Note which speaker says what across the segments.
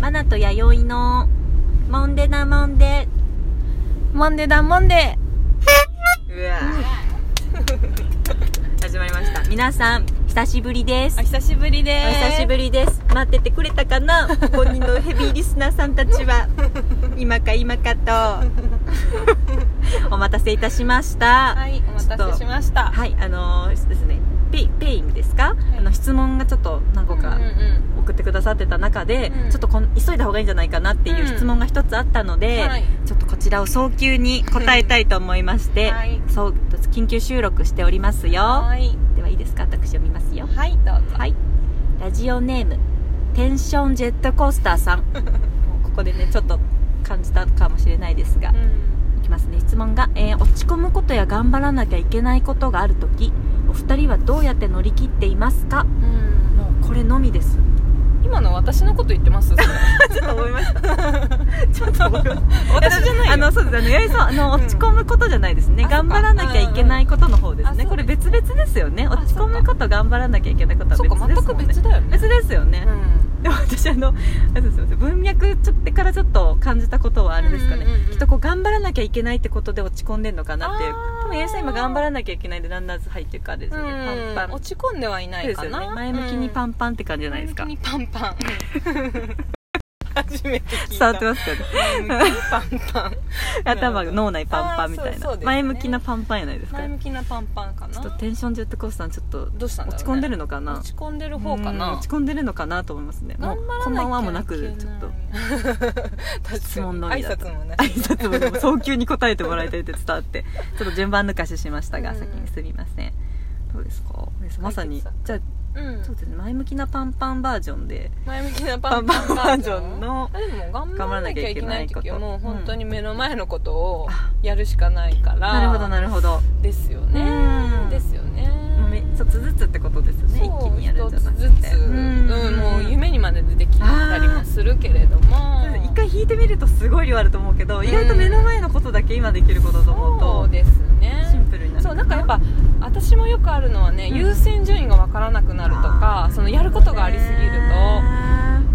Speaker 1: マナと弥生のモンデナモンデ
Speaker 2: モンデだモンデ
Speaker 1: うわ始まりました皆さん久しぶりです
Speaker 2: お久しぶりで
Speaker 1: お
Speaker 2: す
Speaker 1: 久しぶ
Speaker 2: り
Speaker 1: りです待っててくれたかな本人のヘビーリスナーさんたちは今か今かとお待たせいたしました
Speaker 2: はいお待たせしました
Speaker 1: はいあのーですねペイペイングですか、
Speaker 2: い
Speaker 1: あの質問がちょっと何個か
Speaker 2: うんうん
Speaker 1: 送ってくださってた中で、
Speaker 2: うん
Speaker 1: ちょっとこの急いだ方がいいんじゃないかなっていう質問が一つあったので、
Speaker 2: うんはい
Speaker 1: ちょっとこちらを早急に答えたいと思いまして、
Speaker 2: はい
Speaker 1: そう緊急収録しておりますよ
Speaker 2: はい
Speaker 1: ではいいですか私読みますよ
Speaker 2: はいどうぞ
Speaker 1: はいラジオネームテンションジェットコースター さんもうここでねちょっと感じたかもしれないですが、
Speaker 2: うん
Speaker 1: いきますね質問が、えー落ち込むことや頑張らなきゃいけないことがある時お二人はどうやって乗り切っていますか
Speaker 2: うん
Speaker 1: もうこれのみです
Speaker 2: 今の私のこと言っ てますそれ
Speaker 1: ちょっと思いま したちょっと思いました
Speaker 2: 私じゃないよ
Speaker 1: あのそうですあの八重さんあの
Speaker 2: うん
Speaker 1: 落ち込むことじゃないですね
Speaker 2: あそっか
Speaker 1: 頑張らなきゃいけないことの方です
Speaker 2: うんうんあ
Speaker 1: ね
Speaker 2: そ
Speaker 1: こ
Speaker 2: う
Speaker 1: れ
Speaker 2: です
Speaker 1: 別々ですよね
Speaker 2: あ
Speaker 1: 落ち込むこと頑張らなきゃいけないことは
Speaker 2: そ
Speaker 1: 別
Speaker 2: っ
Speaker 1: ですも
Speaker 2: か
Speaker 1: んね
Speaker 2: 全く別だよね
Speaker 1: 別ですよね
Speaker 2: う、ん
Speaker 1: でも私あのあそうですよね文脈ちょっとからちょっと感じたことはあれですかね、
Speaker 2: うんうんうんうん
Speaker 1: きっとこう頑張らなきゃいけないってことで落ち込んでんのかなっていう
Speaker 2: あー
Speaker 1: 多分八重さん今頑張らなきゃいけないんでランナーズハイっていうかあれですよね、
Speaker 2: うん
Speaker 1: パンパン
Speaker 2: 落ち込んではいな
Speaker 1: そう
Speaker 2: い
Speaker 1: です
Speaker 2: か
Speaker 1: よね
Speaker 2: な
Speaker 1: 前向きにパ
Speaker 2: ン
Speaker 1: ンパンって感じじゃないですか、
Speaker 2: 前向きにパ ンパン初めて聞
Speaker 1: 伝
Speaker 2: い た
Speaker 1: わってますよね
Speaker 2: 前向きにパンパン
Speaker 1: 頭が脳内パンパンみたい
Speaker 2: あー
Speaker 1: な
Speaker 2: そうそうですね
Speaker 1: 前向きなパンパンやないですか
Speaker 2: 前
Speaker 1: ち
Speaker 2: 向きなパンパンかな
Speaker 1: ょっとテンションジェットコースターちょっと
Speaker 2: どうしたんだろ
Speaker 1: 落
Speaker 2: う、ね、
Speaker 1: ち込んでるのかな
Speaker 2: 落ち込んでる方か
Speaker 1: うん
Speaker 2: な
Speaker 1: 落ち込んでるのかなと思いますねもう
Speaker 2: 頑張らなきゃ
Speaker 1: こんばんはもなくちょっと
Speaker 2: と
Speaker 1: 質問のみ
Speaker 2: 挨
Speaker 1: だと
Speaker 2: 拶もな
Speaker 1: 挨拶もでも早急に答えてもらいたいって伝わ ってちょっと順番抜かししましたが
Speaker 2: うん
Speaker 1: 先にすみませんどうですかまさに
Speaker 2: 解決
Speaker 1: じゃあ
Speaker 2: う ん
Speaker 1: そうですね前向きなパンパンバージョンで
Speaker 2: 前向きな
Speaker 1: パ
Speaker 2: パ
Speaker 1: ン
Speaker 2: ン
Speaker 1: パ
Speaker 2: パ
Speaker 1: ン
Speaker 2: ン
Speaker 1: バ
Speaker 2: バ
Speaker 1: ー
Speaker 2: ー
Speaker 1: ジ
Speaker 2: ジ
Speaker 1: ョ
Speaker 2: ョ
Speaker 1: ン
Speaker 2: ン
Speaker 1: の
Speaker 2: あでも頑張らなきゃいけない時はもう
Speaker 1: 頑張らなきゃいけないこと
Speaker 2: 本当に目の前のことをやるしかないから
Speaker 1: なるほどなるほど
Speaker 2: ですよね
Speaker 1: うん
Speaker 2: ですよね
Speaker 1: もうめ一つずつってことですよね
Speaker 2: そう
Speaker 1: 一気にやるんじゃなく
Speaker 2: 一つず
Speaker 1: て
Speaker 2: つ、うん、もう夢にまで出てきたりもするけれども
Speaker 1: 一回引いてみるとすごい量あると思うけど
Speaker 2: ん
Speaker 1: 意外と目の前のことだけ今できることだと思う
Speaker 2: そう
Speaker 1: と
Speaker 2: ですね
Speaker 1: シンプルになる
Speaker 2: そうなんかやっぱ私もよくあるのはね、
Speaker 1: うん
Speaker 2: 優先順位がわからなくなるとかそのやることがありすぎる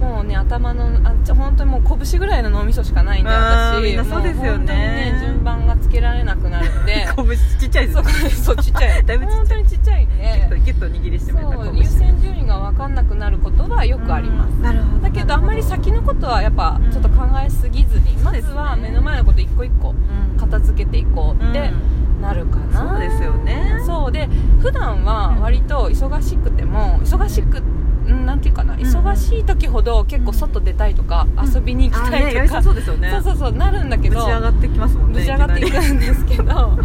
Speaker 2: ともうね頭のあちょ本当にもう拳ぐらいの脳みそしかないんで
Speaker 1: あー
Speaker 2: 私
Speaker 1: みんなそうですよね
Speaker 2: も本当にね順番がつけられなくなるんで
Speaker 1: 拳ちっちゃいです
Speaker 2: そう
Speaker 1: ね
Speaker 2: そうちっちゃい
Speaker 1: だいぶちっちゃい
Speaker 2: 本当にちっちゃいん
Speaker 1: ギュッと
Speaker 2: で
Speaker 1: ギュッと握りし
Speaker 2: そ
Speaker 1: てみた
Speaker 2: う優先順位がわかんなくなることはよくあります、
Speaker 1: なるほど
Speaker 2: だけどあんまり先のことはやっぱ
Speaker 1: うん
Speaker 2: ちょっと考えすぎずに、
Speaker 1: そう
Speaker 2: ま
Speaker 1: ですね
Speaker 2: ずは目の前のこと一個一個片付けていこうってなるかな、
Speaker 1: そうですよね
Speaker 2: そうで普段は割と忙しくても忙しくうんなんていうかな
Speaker 1: うん
Speaker 2: 忙しい時ほど結構外出たいとか遊びに行きたいとか、
Speaker 1: そうですよね
Speaker 2: そうそうそうなるんだけ
Speaker 1: ぶち
Speaker 2: ど
Speaker 1: 上がってきますもんね
Speaker 2: ぶち上がっていくんですけ ど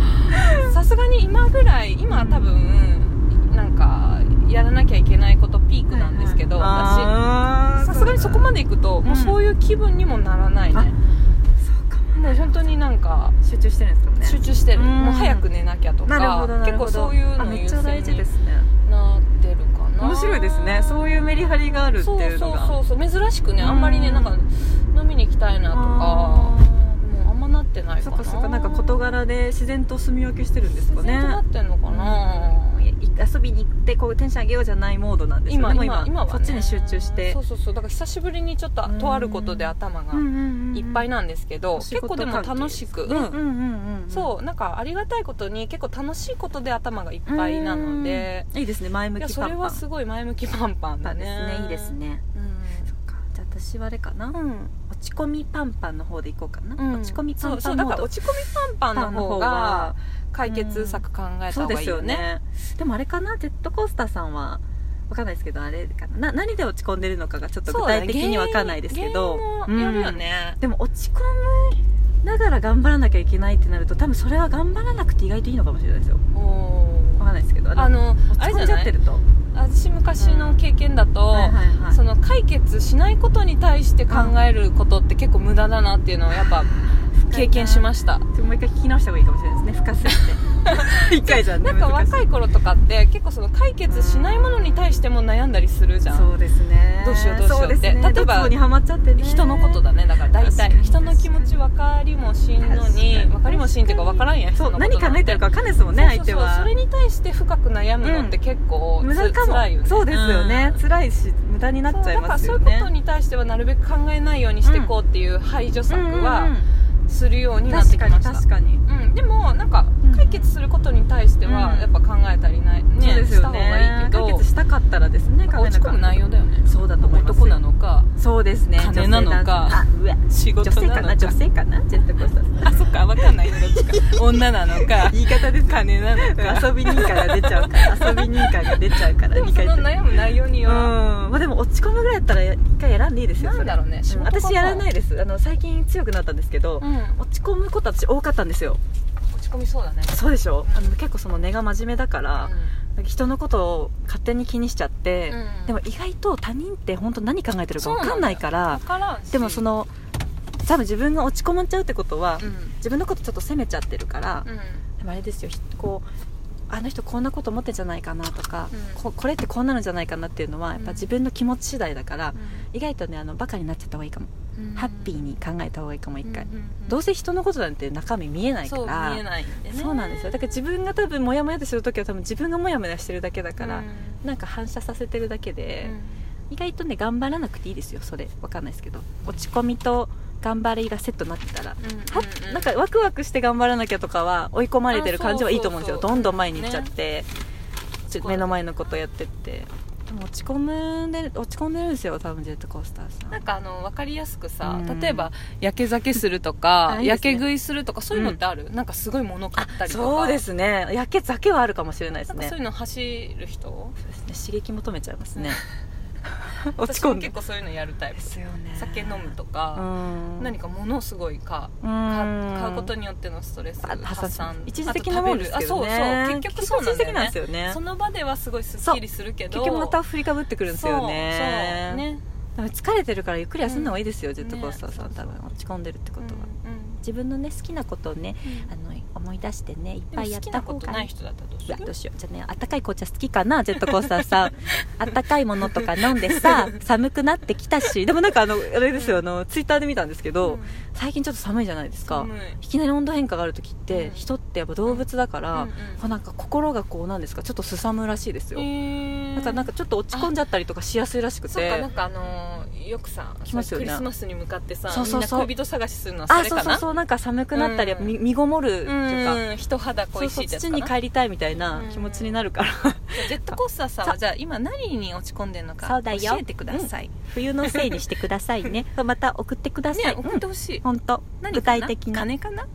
Speaker 2: さすがに今ぐらい今多分なんかやらなきゃいけないことピークなんですけど、私さすがにそこまで行くともうそういう気分にもならないね、もう本当になんか
Speaker 1: 集中してるんです
Speaker 2: 集
Speaker 1: よね
Speaker 2: 中してる、
Speaker 1: うん
Speaker 2: もう早く寝なきゃとか
Speaker 1: なるほどなる
Speaker 2: 結
Speaker 1: ほど
Speaker 2: 構そういう
Speaker 1: あ
Speaker 2: の
Speaker 1: め
Speaker 2: 優
Speaker 1: っちゃ大
Speaker 2: 先
Speaker 1: 事で
Speaker 2: に
Speaker 1: すね
Speaker 2: なってるかな
Speaker 1: 面白いですねそういうメリハリがあるっていうのが
Speaker 2: そうそうそうそう珍しくね
Speaker 1: うん
Speaker 2: あんまりねなんか飲みに行きたいなとかも
Speaker 1: あ
Speaker 2: うあんまなってない
Speaker 1: ーそ
Speaker 2: か
Speaker 1: っ
Speaker 2: な
Speaker 1: かそっかなんか事柄で自然と住み分けしてるんです
Speaker 2: 自
Speaker 1: か
Speaker 2: 然とな
Speaker 1: ね
Speaker 2: ってんのかな、
Speaker 1: い遊びに行ってこうテンション上げようじゃないモードなんですよ
Speaker 2: 今
Speaker 1: でも
Speaker 2: 今今は、ね、
Speaker 1: そっちに集中して
Speaker 2: そうそうそうだから久しぶりにちょっと
Speaker 1: うん
Speaker 2: とあることで頭がいっぱい
Speaker 1: な
Speaker 2: なんですけど、
Speaker 1: お仕
Speaker 2: 結
Speaker 1: 事
Speaker 2: 構でも楽し
Speaker 1: 関
Speaker 2: く、
Speaker 1: 係ですね
Speaker 2: うん
Speaker 1: うんうんうん
Speaker 2: そうなんかありがたいことに結構楽しいことで頭がいっぱいなので
Speaker 1: うんいいですね前向
Speaker 2: いや
Speaker 1: き
Speaker 2: そ
Speaker 1: パ
Speaker 2: れ
Speaker 1: ンパ
Speaker 2: は
Speaker 1: ン
Speaker 2: すごい前向きパンパン
Speaker 1: パ
Speaker 2: だ
Speaker 1: ンです
Speaker 2: ね
Speaker 1: ねいいですねそっかじゃあ私はあれかな、
Speaker 2: うん
Speaker 1: 落ち込みパンパンの方でいこうかな、
Speaker 2: うん
Speaker 1: 落ち込みパン
Speaker 2: そ
Speaker 1: パ
Speaker 2: うそう
Speaker 1: ン
Speaker 2: だ
Speaker 1: の
Speaker 2: から
Speaker 1: 方
Speaker 2: 落ち込みパンパンの方が解決策考えた
Speaker 1: そう
Speaker 2: 方
Speaker 1: で
Speaker 2: がい
Speaker 1: す
Speaker 2: いよ
Speaker 1: よね
Speaker 2: ね,、
Speaker 1: でもあれかなジェットコースターさんはわかんないですけどあれかなな何で落ち込んでるのかがちょっと具
Speaker 2: そうだ
Speaker 1: 体
Speaker 2: ね
Speaker 1: 的にわかんないですけど
Speaker 2: 原因もやるよ
Speaker 1: うん
Speaker 2: ね、
Speaker 1: でも落ち込むながら頑張らなきゃいけないってなると多分それは頑張らなくて意外といいのかもしれないですよ
Speaker 2: お
Speaker 1: わ
Speaker 2: ー
Speaker 1: かんないですけど
Speaker 2: あの
Speaker 1: 落
Speaker 2: あ
Speaker 1: ち
Speaker 2: れじ
Speaker 1: 込ん
Speaker 2: ゃ
Speaker 1: じゃ
Speaker 2: な
Speaker 1: って
Speaker 2: い
Speaker 1: ると
Speaker 2: 私昔の経験だと、
Speaker 1: はいはいはい
Speaker 2: その解決しないことに対して考えることって結構無駄だなっていうのをやっぱ経験しまし た
Speaker 1: ちょっともう一回聞き直した方がいいかもしれないですね深すぎて一回じゃね
Speaker 2: なんか若
Speaker 1: 難し
Speaker 2: い頃とかって結構その解決しないものに対しても悩んだりするじゃん
Speaker 1: そうですね
Speaker 2: どうしようどうしようって
Speaker 1: そですね
Speaker 2: 例えば
Speaker 1: ドツボにはまっちゃってね
Speaker 2: 人のことだねだから大
Speaker 1: 確か
Speaker 2: 体
Speaker 1: に
Speaker 2: 人の気持ち分かりもしんのに
Speaker 1: 確かに
Speaker 2: 分かりもしんっていうか分からんやん
Speaker 1: そ
Speaker 2: 人
Speaker 1: う
Speaker 2: のことなん
Speaker 1: 何考えてるか分かんないですもんね
Speaker 2: そう
Speaker 1: 相手は
Speaker 2: そうそうそれに対して深く悩むのって結構つ、
Speaker 1: 無駄かも
Speaker 2: 辛いよね
Speaker 1: そうですよね、
Speaker 3: うん
Speaker 1: 辛いし無駄になっちゃいますよね
Speaker 2: そうだからそういうことに対してはなるべく考えないようにしていこうっていう排除策
Speaker 1: うんうん
Speaker 2: はするよう
Speaker 1: うん
Speaker 2: になって
Speaker 1: 確
Speaker 2: き
Speaker 1: か
Speaker 2: まし
Speaker 1: に
Speaker 2: た、う
Speaker 1: 確
Speaker 2: ん
Speaker 1: かに、
Speaker 2: でもなんか
Speaker 1: うん
Speaker 2: 解決することに対しては
Speaker 1: うん
Speaker 2: やっぱ考えたりない、ね
Speaker 1: そうです
Speaker 2: した
Speaker 1: よ
Speaker 2: 方がいい
Speaker 1: ね
Speaker 2: けど
Speaker 1: 解決したかったらですね
Speaker 2: なんか
Speaker 1: 考えな
Speaker 2: 落ち
Speaker 1: く
Speaker 2: 込む内容だよね
Speaker 1: そうだと思います
Speaker 2: 男なのか
Speaker 1: そうですね
Speaker 2: 金なのか
Speaker 1: 女性だあうわ
Speaker 2: 仕
Speaker 1: 女
Speaker 2: 事
Speaker 1: 性か
Speaker 2: なのか
Speaker 1: な女性かなジェットコースター
Speaker 2: あそっか分かんないねどっちか女なの か
Speaker 1: 言い方です
Speaker 2: 金なのか
Speaker 1: 遊び人感が出ちゃうから遊び人感が出ちゃうから
Speaker 2: でも
Speaker 1: 二
Speaker 2: そ
Speaker 1: 回
Speaker 2: の
Speaker 1: 言って
Speaker 2: 悩む内容に
Speaker 1: うん
Speaker 2: は、
Speaker 1: まあでも落ち込むぐらいだったら一回選んでいいですよ
Speaker 2: なんだろうね
Speaker 1: そ
Speaker 2: 仕
Speaker 1: れ
Speaker 2: 事
Speaker 1: うん私やらないいですあの最近強くなったんですけど、
Speaker 2: うん、落
Speaker 1: 落ち込むこと私多かったんですよ
Speaker 2: ち込みそうだね
Speaker 1: そうでしょ、
Speaker 2: うん
Speaker 1: あの結構その根が真面目だから、
Speaker 2: う
Speaker 1: なんか人のことを勝手に気にしちゃって、
Speaker 2: うん
Speaker 1: でも意外と他人って本当何考えてるか
Speaker 2: そう
Speaker 1: 分
Speaker 2: なんだよ
Speaker 1: かんないから
Speaker 2: 分からんし
Speaker 1: でもそ、の多分自分が落ち込まっちゃうってことは、
Speaker 2: うん
Speaker 1: 自分のことちょっと責めちゃってるから、でもあれですよひこうあの人こんなこと思ってんじゃないかなとか、
Speaker 2: うん
Speaker 1: ここれってこうなるんじゃないかなっていうのはやっぱ自分の気持ち次第だから、意外とねあのバカになっちゃった方がいいかも、ハッピーに考えた方がいいかも一回、どう
Speaker 2: せ
Speaker 1: せ人のことなんて中身見えないから
Speaker 2: そう見えないんでね
Speaker 1: そうなんですよだから自分が多分モヤモヤってする時は多分自分がモヤモヤしてるだけだから、
Speaker 2: うん
Speaker 1: なんか反射させてるだけで、意外とね頑張らなくていいですよそれわかんないですけど落ち込みと頑張りがセットになってたら、
Speaker 2: うん
Speaker 1: は
Speaker 2: うんうん
Speaker 1: なんかワクワクして頑張らなきゃとかは追い込まれてる感じはいいと思うんですよ
Speaker 2: あそうそうそ
Speaker 1: ど
Speaker 2: う
Speaker 1: んどん前に行っちゃって、ちょ目の前のことやってってでも落ち込むんで落ち込んでるんですよ多分ジェットコースターさん
Speaker 2: なんかあの分かりやすくさ、
Speaker 1: うん
Speaker 2: 例えばやけ酒するとか
Speaker 1: あいいで
Speaker 2: や
Speaker 1: すね
Speaker 2: け食いするとかそういうのってある、なんかすごい物買ったりとか
Speaker 1: そうですねやけだけはあるかもしれないです
Speaker 2: なんか
Speaker 1: ね
Speaker 2: そういうの走る人
Speaker 1: そうですね刺激求めちゃいますね 落ち込ん
Speaker 2: 私も
Speaker 1: で
Speaker 2: 結構そういうのやるタイプ
Speaker 1: すよね
Speaker 2: 酒飲むとか、
Speaker 1: うん
Speaker 2: 何か物をすごいか買
Speaker 1: 買
Speaker 2: 買うことによってのストレス
Speaker 1: あ
Speaker 2: 発散
Speaker 1: 一時的なもんですけどね
Speaker 2: あと食べるあそうそう結局そうなんだ
Speaker 1: 結局一時
Speaker 2: よね
Speaker 1: 的なんですよね
Speaker 2: その場ではすごいすっきりするけど
Speaker 1: 結局また振りかぶってくるんですよ
Speaker 2: そうそう
Speaker 1: ね
Speaker 2: ね
Speaker 1: だから疲れてるからゆっくり休んだ方がいいですよ、ジェットコースターさん、
Speaker 2: ね
Speaker 1: 多分落ち込んでるってことは、
Speaker 2: うんうん
Speaker 1: 自分のね好きなことをねあの思い出してねいっ
Speaker 2: で
Speaker 1: ぱ
Speaker 2: も
Speaker 1: いやっ
Speaker 2: 好き
Speaker 1: た
Speaker 2: な
Speaker 1: 方
Speaker 2: こと
Speaker 1: が
Speaker 2: ない人だったらどうす
Speaker 1: いや
Speaker 2: る
Speaker 1: どうしようじゃあねあったかい紅茶好きかなジェットコースター さんあったかいものとか飲んでさ寒くなってきたしでもなんかあのあれですよあのツイッターで見たんですけど、
Speaker 2: うん
Speaker 1: 最近ちょっと寒いじゃないですか
Speaker 2: 寒い
Speaker 1: いきなり温度変化がある時って、
Speaker 2: うん
Speaker 1: 人ってやっぱ動物だから、
Speaker 2: うんうん
Speaker 1: こうなんか心がこうなんですかちょっとすさむらしいですよ、
Speaker 2: へー
Speaker 1: なんかなんかちょっと落ち込んじゃったりとかしやすいらしく
Speaker 2: そっか
Speaker 1: て
Speaker 2: なんかあのーよくさ
Speaker 1: 来ますよね
Speaker 2: クリスマスに向かってさ
Speaker 1: そうそうそう
Speaker 2: みんな恋人探しするのはそ
Speaker 1: あ
Speaker 2: れ
Speaker 1: そう
Speaker 2: か
Speaker 1: そう
Speaker 2: な
Speaker 1: そうなんか寒くなったり、
Speaker 2: うん
Speaker 1: み身ごもるとか、
Speaker 2: うん人肌
Speaker 1: そ
Speaker 2: 恋
Speaker 1: うそ
Speaker 2: しいうってやつ
Speaker 1: 土
Speaker 2: かな
Speaker 1: に帰りたいみたいな気持ちになるから、
Speaker 2: じゃあジェットコースターさん
Speaker 1: そ
Speaker 2: はじゃあ今何に落ち込んでるの
Speaker 1: そ
Speaker 2: か
Speaker 1: うだよ
Speaker 2: 教えてください、
Speaker 1: 冬のせいにしてください ねまた送ってください、
Speaker 2: ね送ってほしい、
Speaker 1: 本当具
Speaker 2: 何かな
Speaker 1: 体的な
Speaker 2: 金か な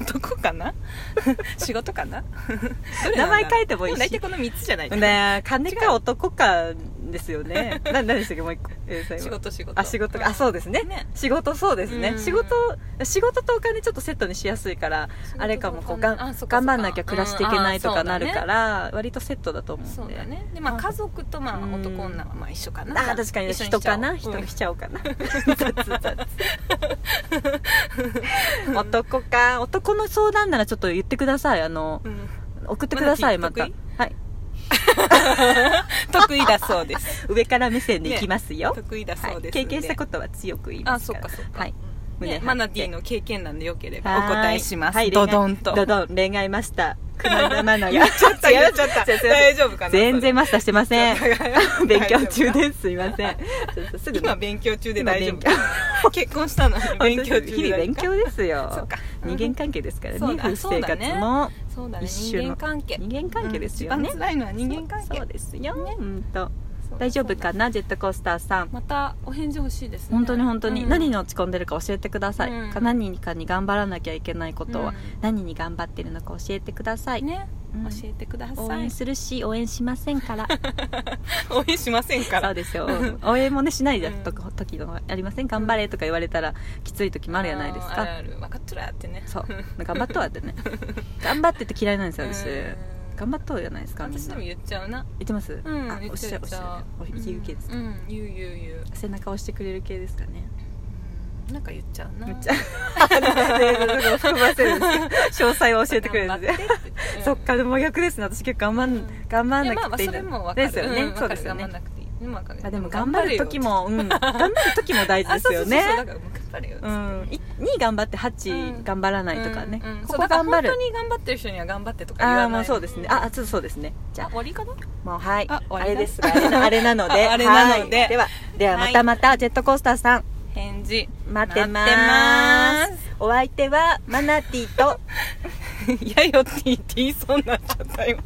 Speaker 2: 男か な仕事か な
Speaker 1: 名前書いてもいい
Speaker 2: 大体
Speaker 1: し
Speaker 2: この3つじゃない
Speaker 1: ね金か男かですよ ねな何でしたっけもう一個、えー最後
Speaker 2: 仕事仕事
Speaker 1: あ仕事があそうですね
Speaker 2: ね
Speaker 1: 仕事そうですね、
Speaker 2: うん
Speaker 1: 仕事仕事とお金ちょっとセットにしやすいからあれかもこうがん
Speaker 2: あそっかそっか
Speaker 1: 頑張んなきゃ暮らしていけないとかなるか
Speaker 2: うん
Speaker 1: ら、割とセットだと思うん
Speaker 2: あ
Speaker 1: で
Speaker 2: そうだねそうだねでまあ家族とまあ
Speaker 1: うん
Speaker 2: 男女はまあ一緒か
Speaker 1: あ
Speaker 2: な
Speaker 1: ー確かに
Speaker 2: 一緒しち
Speaker 1: 人
Speaker 2: ゃおう
Speaker 1: かな
Speaker 2: う
Speaker 1: 人
Speaker 2: ん
Speaker 1: にしちゃおう かな、雑雑男か男の相談ならちょっと言ってくださいあの
Speaker 2: うん
Speaker 1: 送ってくださいま
Speaker 2: ま
Speaker 1: た
Speaker 2: だ得意
Speaker 1: はい
Speaker 2: 得意だそうです
Speaker 1: 上から目 線でいきますよ、
Speaker 2: 得意だ
Speaker 1: は
Speaker 2: そう
Speaker 1: い、
Speaker 2: です
Speaker 1: 経験した
Speaker 2: こ
Speaker 1: ことは強く言い
Speaker 2: とあ
Speaker 1: ます
Speaker 2: そ
Speaker 1: か
Speaker 2: っ
Speaker 1: ら
Speaker 2: かそっか
Speaker 1: はい胸張
Speaker 2: ね
Speaker 1: って
Speaker 2: マナティーの経験談でよければお
Speaker 1: はい
Speaker 2: 答えします、
Speaker 1: はい
Speaker 2: ドドンと
Speaker 1: ドドン恋愛マスター熊田 真
Speaker 2: や
Speaker 1: 奈
Speaker 2: っちゃったやっちゃった
Speaker 1: すいません
Speaker 2: 大丈夫かな
Speaker 1: 全 然マスターしてません 勉強中
Speaker 2: す
Speaker 1: ですすいませんちょっとすぐ
Speaker 2: 今勉強中で
Speaker 1: 今
Speaker 2: 大丈
Speaker 1: 勉
Speaker 2: 夫 結婚した のに勉強中で
Speaker 1: 日々勉強ですよ
Speaker 2: そっか
Speaker 1: 人間関係ですからね
Speaker 2: そう
Speaker 1: 夫
Speaker 2: だ
Speaker 1: 婦生
Speaker 2: そうだ
Speaker 1: 活
Speaker 2: ね
Speaker 1: も
Speaker 2: そうだね
Speaker 1: 一
Speaker 2: 人
Speaker 1: 種の
Speaker 2: 間関係
Speaker 1: 人間関係ですよ
Speaker 2: うん
Speaker 1: ね
Speaker 2: 一番辛いのは人間関
Speaker 1: そう
Speaker 2: 係
Speaker 1: ですようんと
Speaker 2: そう
Speaker 1: 大丈夫かなジェットコースターさん
Speaker 2: またお返事欲しいですね
Speaker 1: 本当に本当に
Speaker 2: うん
Speaker 1: 何に落ち込んでるか教えてくださ
Speaker 2: う
Speaker 1: い
Speaker 2: ん
Speaker 1: か何かに頑張らなきゃいけないこと
Speaker 2: う
Speaker 1: は
Speaker 2: ん
Speaker 1: 何に頑張ってるのか教えてください
Speaker 2: ね
Speaker 1: うん
Speaker 2: 教えてくだ
Speaker 1: 応
Speaker 2: さい
Speaker 1: 援するし応援しませんから
Speaker 2: 応援しませんか
Speaker 1: そう
Speaker 2: ら
Speaker 1: です よ応援もねしないじゃん
Speaker 2: うん
Speaker 1: とか時のありません頑張れとか言われたらきつい時もあるじゃないです
Speaker 2: ある
Speaker 1: か
Speaker 2: ある分かっとらってね
Speaker 1: そう頑張っと はってね頑張ってって嫌いなんですよ私
Speaker 2: うん
Speaker 1: 頑張っとうじゃないですかみんな
Speaker 2: 私でも言っちゃうな
Speaker 1: 言ってます、
Speaker 2: うん
Speaker 1: あ
Speaker 2: 言
Speaker 1: おっ
Speaker 2: っち
Speaker 1: しゃ
Speaker 2: ゃ
Speaker 1: お
Speaker 2: う
Speaker 1: っしゃお
Speaker 2: 言っちゃ
Speaker 1: 言う系ですか、
Speaker 2: うんうん言う言う言う
Speaker 1: 背中押してくれる系ですか ね
Speaker 2: うんなんか言っちゃうな
Speaker 1: めっちゃ含ませるんですけど詳細は教えてくれるんですよ
Speaker 2: 頑張ってって
Speaker 1: そっかでも真逆ですね私結構頑張ん,、
Speaker 2: うん
Speaker 1: 頑張ん
Speaker 2: いや
Speaker 1: な
Speaker 2: まあま
Speaker 1: く
Speaker 2: あ
Speaker 1: ていい
Speaker 2: そ
Speaker 1: んだ
Speaker 2: れも分かる
Speaker 1: ですよね、
Speaker 2: うん
Speaker 1: そ
Speaker 2: 分
Speaker 1: う
Speaker 2: か
Speaker 1: です
Speaker 2: る
Speaker 1: よ
Speaker 2: 頑張
Speaker 1: ね
Speaker 2: んなくていいでも分かる
Speaker 1: あでも頑張る時も、うん、頑張る時も大事ですよね
Speaker 2: あそうそうそうだからもう頑張れよ
Speaker 1: うん、い2頑張って8頑張らないとかね、
Speaker 2: うんうん
Speaker 1: こ
Speaker 2: そう
Speaker 1: こ
Speaker 2: だから
Speaker 1: 頑張る
Speaker 2: 本当に頑張ってる人には頑張ってとか言わ
Speaker 1: あ
Speaker 2: ない
Speaker 1: あもうそうですねああちょっとそうですねじ
Speaker 2: じゃあ
Speaker 1: ゃ
Speaker 2: 終わりかな
Speaker 1: あもうはいあ
Speaker 2: あ終わりだ
Speaker 1: れですがあれなあれなので
Speaker 2: ああれなので
Speaker 1: はい、ではではまたまたジェットコースターさん
Speaker 2: 返事
Speaker 1: 待ってまーす
Speaker 2: 待って
Speaker 1: お相手はマナティーと
Speaker 2: ます いやよって言って言いそうになっ ちゃった今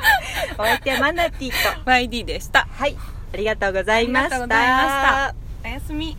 Speaker 1: お相手はマナティーと
Speaker 2: YD でした
Speaker 1: はいありがとうございました
Speaker 2: ありがとうございましたおやすみ